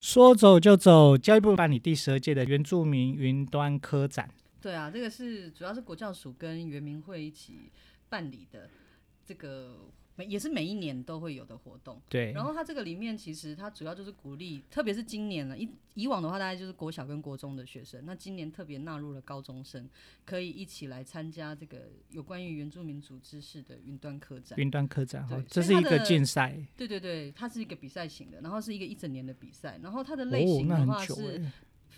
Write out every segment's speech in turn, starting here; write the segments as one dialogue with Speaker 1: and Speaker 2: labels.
Speaker 1: 说走就走，教育部办理第十二届的原住民云端科展。
Speaker 2: 对啊，这个是主要是国教署跟原民会一起办理的，这个每也是每一年都会有的活动。
Speaker 1: 对，
Speaker 2: 然后它这个里面其实它主要就是鼓励，特别是今年呢，以以往的话大概就是国小跟国中的学生，那今年特别纳入了高中生，可以一起来参加这个有关于原住民族知识的云端科展。
Speaker 1: 云端科展哈
Speaker 2: 对，
Speaker 1: 这是
Speaker 2: 所以
Speaker 1: 一
Speaker 2: 它
Speaker 1: 个
Speaker 2: 的
Speaker 1: 竞赛
Speaker 2: 对对对，它是一个比赛型的，然后是一个一整年的比赛，然后它的
Speaker 1: 哦，
Speaker 2: 类型
Speaker 1: 那
Speaker 2: 的话
Speaker 1: 很
Speaker 2: 是
Speaker 1: 久哎，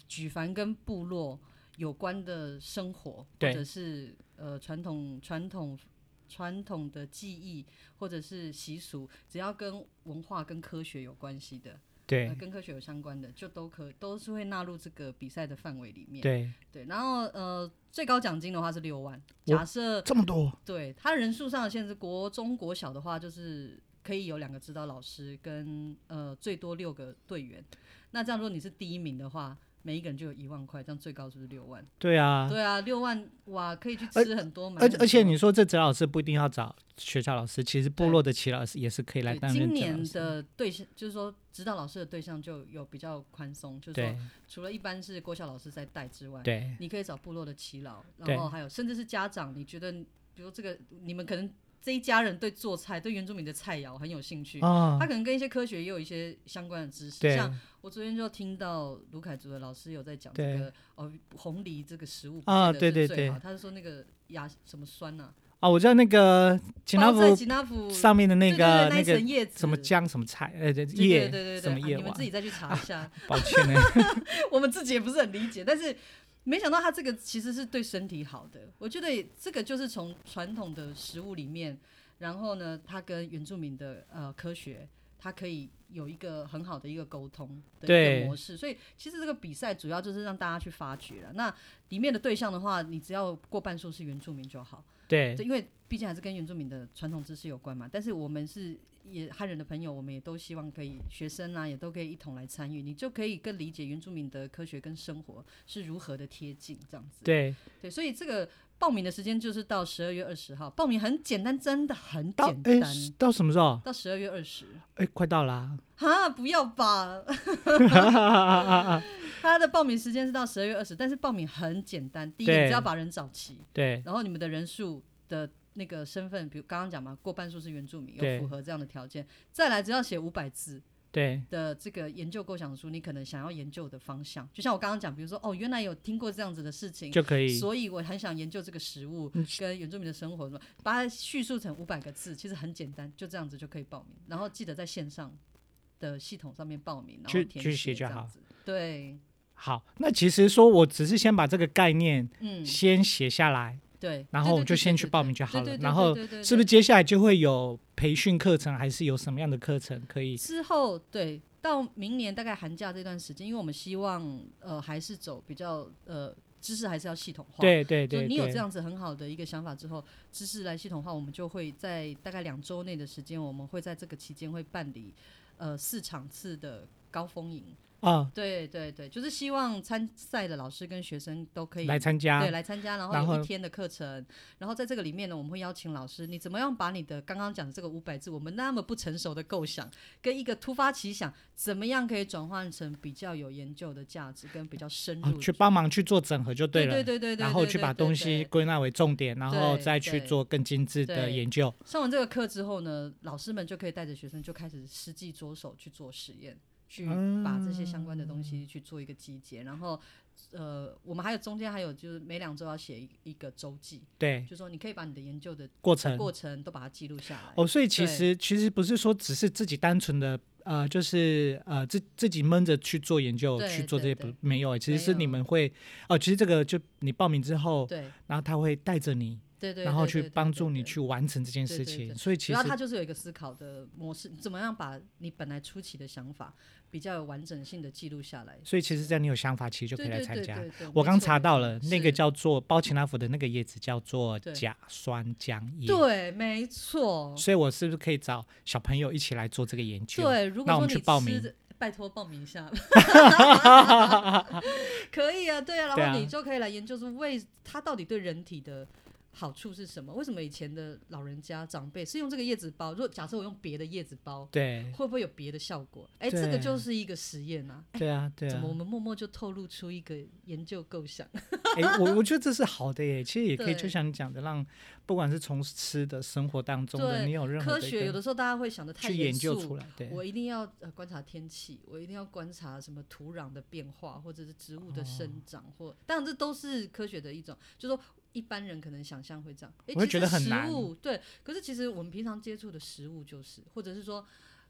Speaker 2: 举凡跟部落有关的生活，
Speaker 1: 对
Speaker 2: 或者是呃传统传统传统的技艺，或者是习俗，只要跟文化跟科学有关系的，呃，
Speaker 1: 对
Speaker 2: 跟科学有相关的，就都可都是会纳入这个比赛的范围里面。
Speaker 1: 对，
Speaker 2: 对然后呃，最高奖金的话是六万，
Speaker 1: 哇
Speaker 2: 假设
Speaker 1: 这么多
Speaker 2: 对它人数上的限制，国中国小的话就是可以有两个指导老师跟呃最多六个队员。那这样如果你是第一名的话，每一个人就有一万块，这样最高是不是六万？
Speaker 1: 对啊，
Speaker 2: 对啊，六万哇，可以去
Speaker 1: 而
Speaker 2: 吃很多，买
Speaker 1: 而
Speaker 2: 很
Speaker 1: 而且
Speaker 2: 多
Speaker 1: 你说这指导老师不一定要找学校老师，其实部
Speaker 2: 对
Speaker 1: 落的齐老师也是可以来
Speaker 2: 对
Speaker 1: 担任
Speaker 2: 今
Speaker 1: 指导老
Speaker 2: 年
Speaker 1: 师。
Speaker 2: 的对象就是说指导老师的对象就有比较宽松，就是
Speaker 1: 对
Speaker 2: 说除了一般是国小老师在带之外，
Speaker 1: 对
Speaker 2: 你可以找部落的耆老，
Speaker 1: 对
Speaker 2: 然后还有甚至是家长，你觉得比如这个你们可能这一家人对做菜对原住民的菜肴很有兴趣，
Speaker 1: 啊
Speaker 2: 他，可能跟一些科学也有一些相关的知识，
Speaker 1: 对
Speaker 2: 像我昨天就听到卢凯族的老师有在讲这
Speaker 1: 对
Speaker 2: 个哦，红梨这个食物
Speaker 1: 啊
Speaker 2: 不见得
Speaker 1: 对
Speaker 2: 是
Speaker 1: 对
Speaker 2: 最好
Speaker 1: 对
Speaker 2: 他是说那个亚什么酸呐、
Speaker 1: 啊，我知道那个
Speaker 2: 包
Speaker 1: 请他
Speaker 2: 在
Speaker 1: 服
Speaker 2: 吉纳福
Speaker 1: 上面的那
Speaker 2: 对对对
Speaker 1: 个
Speaker 2: 那一
Speaker 1: 个
Speaker 2: 层叶子
Speaker 1: 什么姜什么菜呃对
Speaker 2: 对对
Speaker 1: 叶
Speaker 2: 对对对
Speaker 1: 什么
Speaker 2: 啊
Speaker 1: 叶
Speaker 2: 你们
Speaker 1: 丸
Speaker 2: 自，己再去查一下，
Speaker 1: 抱歉呢，
Speaker 2: 我们自己也不是很理解，但是没想到它这个其实是对身体好的。我觉得这个就是从传统的食物里面，然后呢，它跟原住民的呃科学，它可以有一个很好的一个沟通的一
Speaker 1: 对
Speaker 2: 个模式。所以其实这个比赛主要就是让大家去发掘了。那里面的对象的话，你只要过半数是原住民就好。
Speaker 1: 对
Speaker 2: 对，因为毕竟还是跟原住民的传统知识有关嘛。但是我们是也汉人的朋友，我们也都希望可以学生啊，也都可以一同来参与，你就可以更理解原住民的科学跟生活是如何的贴近这样子。
Speaker 1: 对，
Speaker 2: 对，所以这个报名的时间就是到十二月二十号，报名很简单，真的很
Speaker 1: 到
Speaker 2: 简
Speaker 1: 哎
Speaker 2: 单。
Speaker 1: 到什么时候？
Speaker 2: 到十二月二十，
Speaker 1: 哎，快到 啦！
Speaker 2: 哈，不要吧！ 他的报名时间是到十二月二十，但是报名很简单，第一个
Speaker 1: 对
Speaker 2: 你只要把人找齐，
Speaker 1: 对
Speaker 2: 然后你们的人数的那个身份，比如刚刚讲嘛，过半数是原住民，
Speaker 1: 对
Speaker 2: 有符合这样的条件。再来，只要写五百字
Speaker 1: 对
Speaker 2: 的这个研究构想书，你可能想要研究的方向，就像我刚刚讲，比如说哦，原来有听过这样子的事情，
Speaker 1: 就可以，
Speaker 2: 所以我很想研究这个食物跟原住民的生活什么，把它叙述成五百个字，其实很简单，就这样子就可以报名。然后记得在线上的系统上面报名，然后
Speaker 1: 去
Speaker 2: 填
Speaker 1: 去写
Speaker 2: 写
Speaker 1: 就
Speaker 2: 这样
Speaker 1: 好
Speaker 2: 子。对，
Speaker 1: 好。那其实说我只是先把这个概念
Speaker 2: 嗯，
Speaker 1: 先写下来，
Speaker 2: 对。
Speaker 1: 然后我就先去报名就
Speaker 2: 就
Speaker 1: 好了然后
Speaker 2: 对对对
Speaker 1: 是不是接下来就会有培训课程，还是有什么样的课程可以？
Speaker 2: 之后对，到明年大概寒假这段时间，因为我们希望呃还是走比较呃知识还是要系统化。。
Speaker 1: 对对
Speaker 2: 就
Speaker 1: 对，
Speaker 2: 你有
Speaker 1: 对
Speaker 2: 这样子很好的一个想法之后，知识来系统化，我们就会在大概两周内的时间，我们会在这个期间会办理呃四场次的高峰营。
Speaker 1: 啊，
Speaker 2: 对对对，就是希望参赛的老师跟学生都可以
Speaker 1: 来参加
Speaker 2: 对，来参加，然
Speaker 1: 然
Speaker 2: 后有
Speaker 1: 后
Speaker 2: 一天的课程，然后在这个里面呢，我们会邀请老师，你怎么样把你的刚刚讲的这个五百字，我们那么不成熟的构想，跟一个突发奇想，怎么样可以转换成比较有研究的价值，跟比较深
Speaker 1: 啊
Speaker 2: 入的，
Speaker 1: 去帮忙去做整合就
Speaker 2: 对
Speaker 1: 了。
Speaker 2: 对对对对，
Speaker 1: 然后
Speaker 2: 对
Speaker 1: 去
Speaker 2: 对
Speaker 1: 把
Speaker 2: 对
Speaker 1: 东
Speaker 2: 对
Speaker 1: 西归纳为重点，然后
Speaker 2: 对
Speaker 1: 再去
Speaker 2: 对
Speaker 1: 做更精致的
Speaker 2: 对
Speaker 1: 研究。
Speaker 2: 上完这个课之后呢，老师们就可以带着学生就开始实际着手去做实验，去把这些相关的东
Speaker 1: 嗯
Speaker 2: 西去做一个集结。然后，呃，我们还有中间还有就是每两周要写一一个周记，
Speaker 1: 对，
Speaker 2: 就说你可以把你的研究的
Speaker 1: 过程
Speaker 2: 过程都把它记录下来。
Speaker 1: 哦，所以其
Speaker 2: 对
Speaker 1: 实其实不是说只是自己单纯的呃，就是呃自自己闷着去做研究
Speaker 2: 对
Speaker 1: 去做这些
Speaker 2: 对
Speaker 1: 不
Speaker 2: 对
Speaker 1: 没有欸，其实
Speaker 2: 没
Speaker 1: 是你
Speaker 2: 有
Speaker 1: 们会哦、其实这个就你报名之后，
Speaker 2: 对
Speaker 1: 然后他会带着你，
Speaker 2: 对对，
Speaker 1: 然后
Speaker 2: 对
Speaker 1: 去
Speaker 2: 对对
Speaker 1: 帮
Speaker 2: 对
Speaker 1: 助你
Speaker 2: 对
Speaker 1: 去完成这件
Speaker 2: 对
Speaker 1: 事
Speaker 2: 对
Speaker 1: 情。
Speaker 2: 对
Speaker 1: 所以
Speaker 2: 主
Speaker 1: 其
Speaker 2: 要
Speaker 1: 实
Speaker 2: 它就是有一个思考的模式，你怎么样把你本来初期的想法比较有完整性的记录下来，
Speaker 1: 所以其实这样你有想法，其实就可
Speaker 2: 对
Speaker 1: 以来
Speaker 2: 对
Speaker 1: 参
Speaker 2: 对
Speaker 1: 加
Speaker 2: 对。对。
Speaker 1: 我
Speaker 2: 没
Speaker 1: 刚
Speaker 2: 错
Speaker 1: 查
Speaker 2: 没
Speaker 1: 到
Speaker 2: 错
Speaker 1: 了，那个
Speaker 2: 是
Speaker 1: 叫做包奇拉福的那个叶子叫做
Speaker 2: 对
Speaker 1: 甲酸浆叶，
Speaker 2: 对，哦没错。
Speaker 1: 所以我是不是可以找小朋友一起来做这个研究？
Speaker 2: 对，如
Speaker 1: 那
Speaker 2: 果
Speaker 1: 我
Speaker 2: 说
Speaker 1: 们
Speaker 2: 你
Speaker 1: 去报
Speaker 2: 吃
Speaker 1: 名
Speaker 2: 的，拜托报名 一下。可以啊，对
Speaker 1: 对啊
Speaker 2: 啊，
Speaker 1: 啊
Speaker 2: 然后你就可以来研究是为它到底对人体的好处是什么？为什么以前的老人家长辈是用这个叶子包？如果假设我用别的叶子包，
Speaker 1: 对
Speaker 2: 会不会有别的效果？哎、
Speaker 1: 对
Speaker 2: 这个就是一个实验啊。
Speaker 1: 对啊对
Speaker 2: 怎
Speaker 1: 啊
Speaker 2: 么我，们默默就透露出一个研究构想？
Speaker 1: 哎、我我觉得这是好的耶，其实也可以
Speaker 2: 对
Speaker 1: 就像你讲的，让不管是从吃的生活当中的，
Speaker 2: 对
Speaker 1: 你有任何
Speaker 2: 科
Speaker 1: 的一
Speaker 2: 学有
Speaker 1: 个
Speaker 2: 的时候大家会想的太
Speaker 1: 去研
Speaker 2: 严
Speaker 1: 究
Speaker 2: 肃，
Speaker 1: 出来，对
Speaker 2: 我一定要呃观察天气，我一定要观察什么土壤的变化，或者是植物的生长，
Speaker 1: 哦
Speaker 2: 或当然这都是科学的一种，就说一般人可能想象会这样，诶
Speaker 1: 我会
Speaker 2: 其
Speaker 1: 觉得
Speaker 2: 实
Speaker 1: 很
Speaker 2: 食
Speaker 1: 难
Speaker 2: 物对，可是其实我们平常接触的食物就是，或者是说，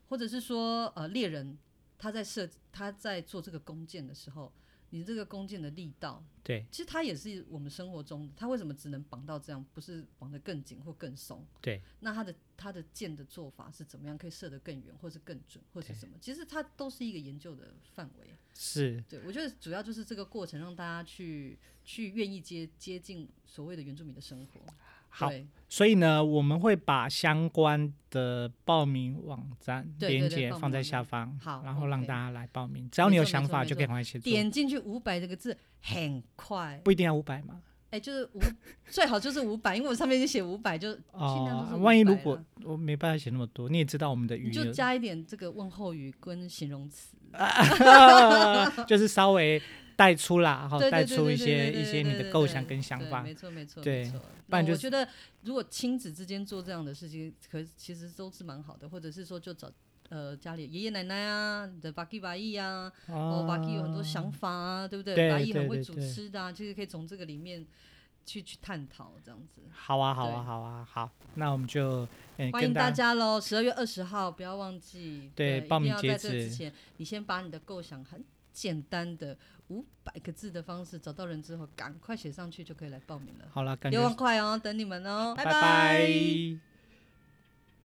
Speaker 2: 或者是说呃猎人他在设他在做这个弓箭的时候。你这个弓箭的力道，
Speaker 1: 对
Speaker 2: 其实它也是我们生活中，它为什么只能绑到这样，不是绑得更紧或更松？
Speaker 1: 对，
Speaker 2: 那它的它的箭的做法是怎么样，可以射得更远，或是更准，或是
Speaker 1: 对
Speaker 2: 什么？其实它都是一个研究的范围。
Speaker 1: 是
Speaker 2: 对我觉得主要就是这个过程，让大家去去愿意接接近所谓的原住民的生活。
Speaker 1: 好。
Speaker 2: 对
Speaker 1: 所以呢，我们会把相关的报名网站
Speaker 2: 对对
Speaker 1: 链
Speaker 2: 对
Speaker 1: 接
Speaker 2: 报名
Speaker 1: 放在
Speaker 2: 网
Speaker 1: 下
Speaker 2: 站
Speaker 1: 方，
Speaker 2: 好
Speaker 1: 然后让
Speaker 2: OK
Speaker 1: 大家来报名。只要你有
Speaker 2: 没错
Speaker 1: 想
Speaker 2: 没错
Speaker 1: 法，
Speaker 2: 没
Speaker 1: 就可以赶快去做，
Speaker 2: 点进去五百这个字很快，
Speaker 1: 不一定要五百嘛。
Speaker 2: 哎，就是五最好就是五百，因为我上面就写五百，就尽量都
Speaker 1: 哦
Speaker 2: 是，500
Speaker 1: 万一如
Speaker 2: 啦
Speaker 1: 果我没办法写那么多，你也知道我们的语
Speaker 2: 你
Speaker 1: 言
Speaker 2: 就加一点这个问候语跟形容词。
Speaker 1: 就是稍微带出啦，哈，
Speaker 2: 对
Speaker 1: 带
Speaker 2: 对对
Speaker 1: 出
Speaker 2: 对
Speaker 1: 一些
Speaker 2: 对
Speaker 1: 一些
Speaker 2: 对
Speaker 1: 你
Speaker 2: 对
Speaker 1: 的
Speaker 2: 对
Speaker 1: 构
Speaker 2: 对
Speaker 1: 想跟想
Speaker 2: 对
Speaker 1: 法
Speaker 2: 没。错没错，
Speaker 1: 对
Speaker 2: 没错
Speaker 1: 不然
Speaker 2: 那
Speaker 1: 就
Speaker 2: 我
Speaker 1: 是
Speaker 2: 觉得如果亲子之间做这样的事情，可其实都是蛮好的，或者是说就找。呃，家里爷爷奶奶啊，你的巴基巴伊啊，哦，巴基有很多想法啊，对不对？
Speaker 1: 对
Speaker 2: 巴伊很
Speaker 1: 对
Speaker 2: 会
Speaker 1: 对
Speaker 2: 煮
Speaker 1: 对
Speaker 2: 吃的啊，其实可以从这个里面去去探讨这样子。
Speaker 1: 好啊，好啊，
Speaker 2: 对
Speaker 1: 好啊，好，那我们就嗯
Speaker 2: 欢迎
Speaker 1: 跟
Speaker 2: 大
Speaker 1: 家
Speaker 2: 家喽！十二月二十号，不要忘记
Speaker 1: 对
Speaker 2: 一
Speaker 1: 报
Speaker 2: 定
Speaker 1: 名
Speaker 2: 要
Speaker 1: 截
Speaker 2: 在这之
Speaker 1: 止
Speaker 2: 前，你先把你的构想很简单的五百个字的方式找到人之后，赶快写上去就可以来报名了。
Speaker 1: 好了，感
Speaker 2: 六万
Speaker 1: 觉
Speaker 2: 块哦，等你们哦，拜
Speaker 1: 拜。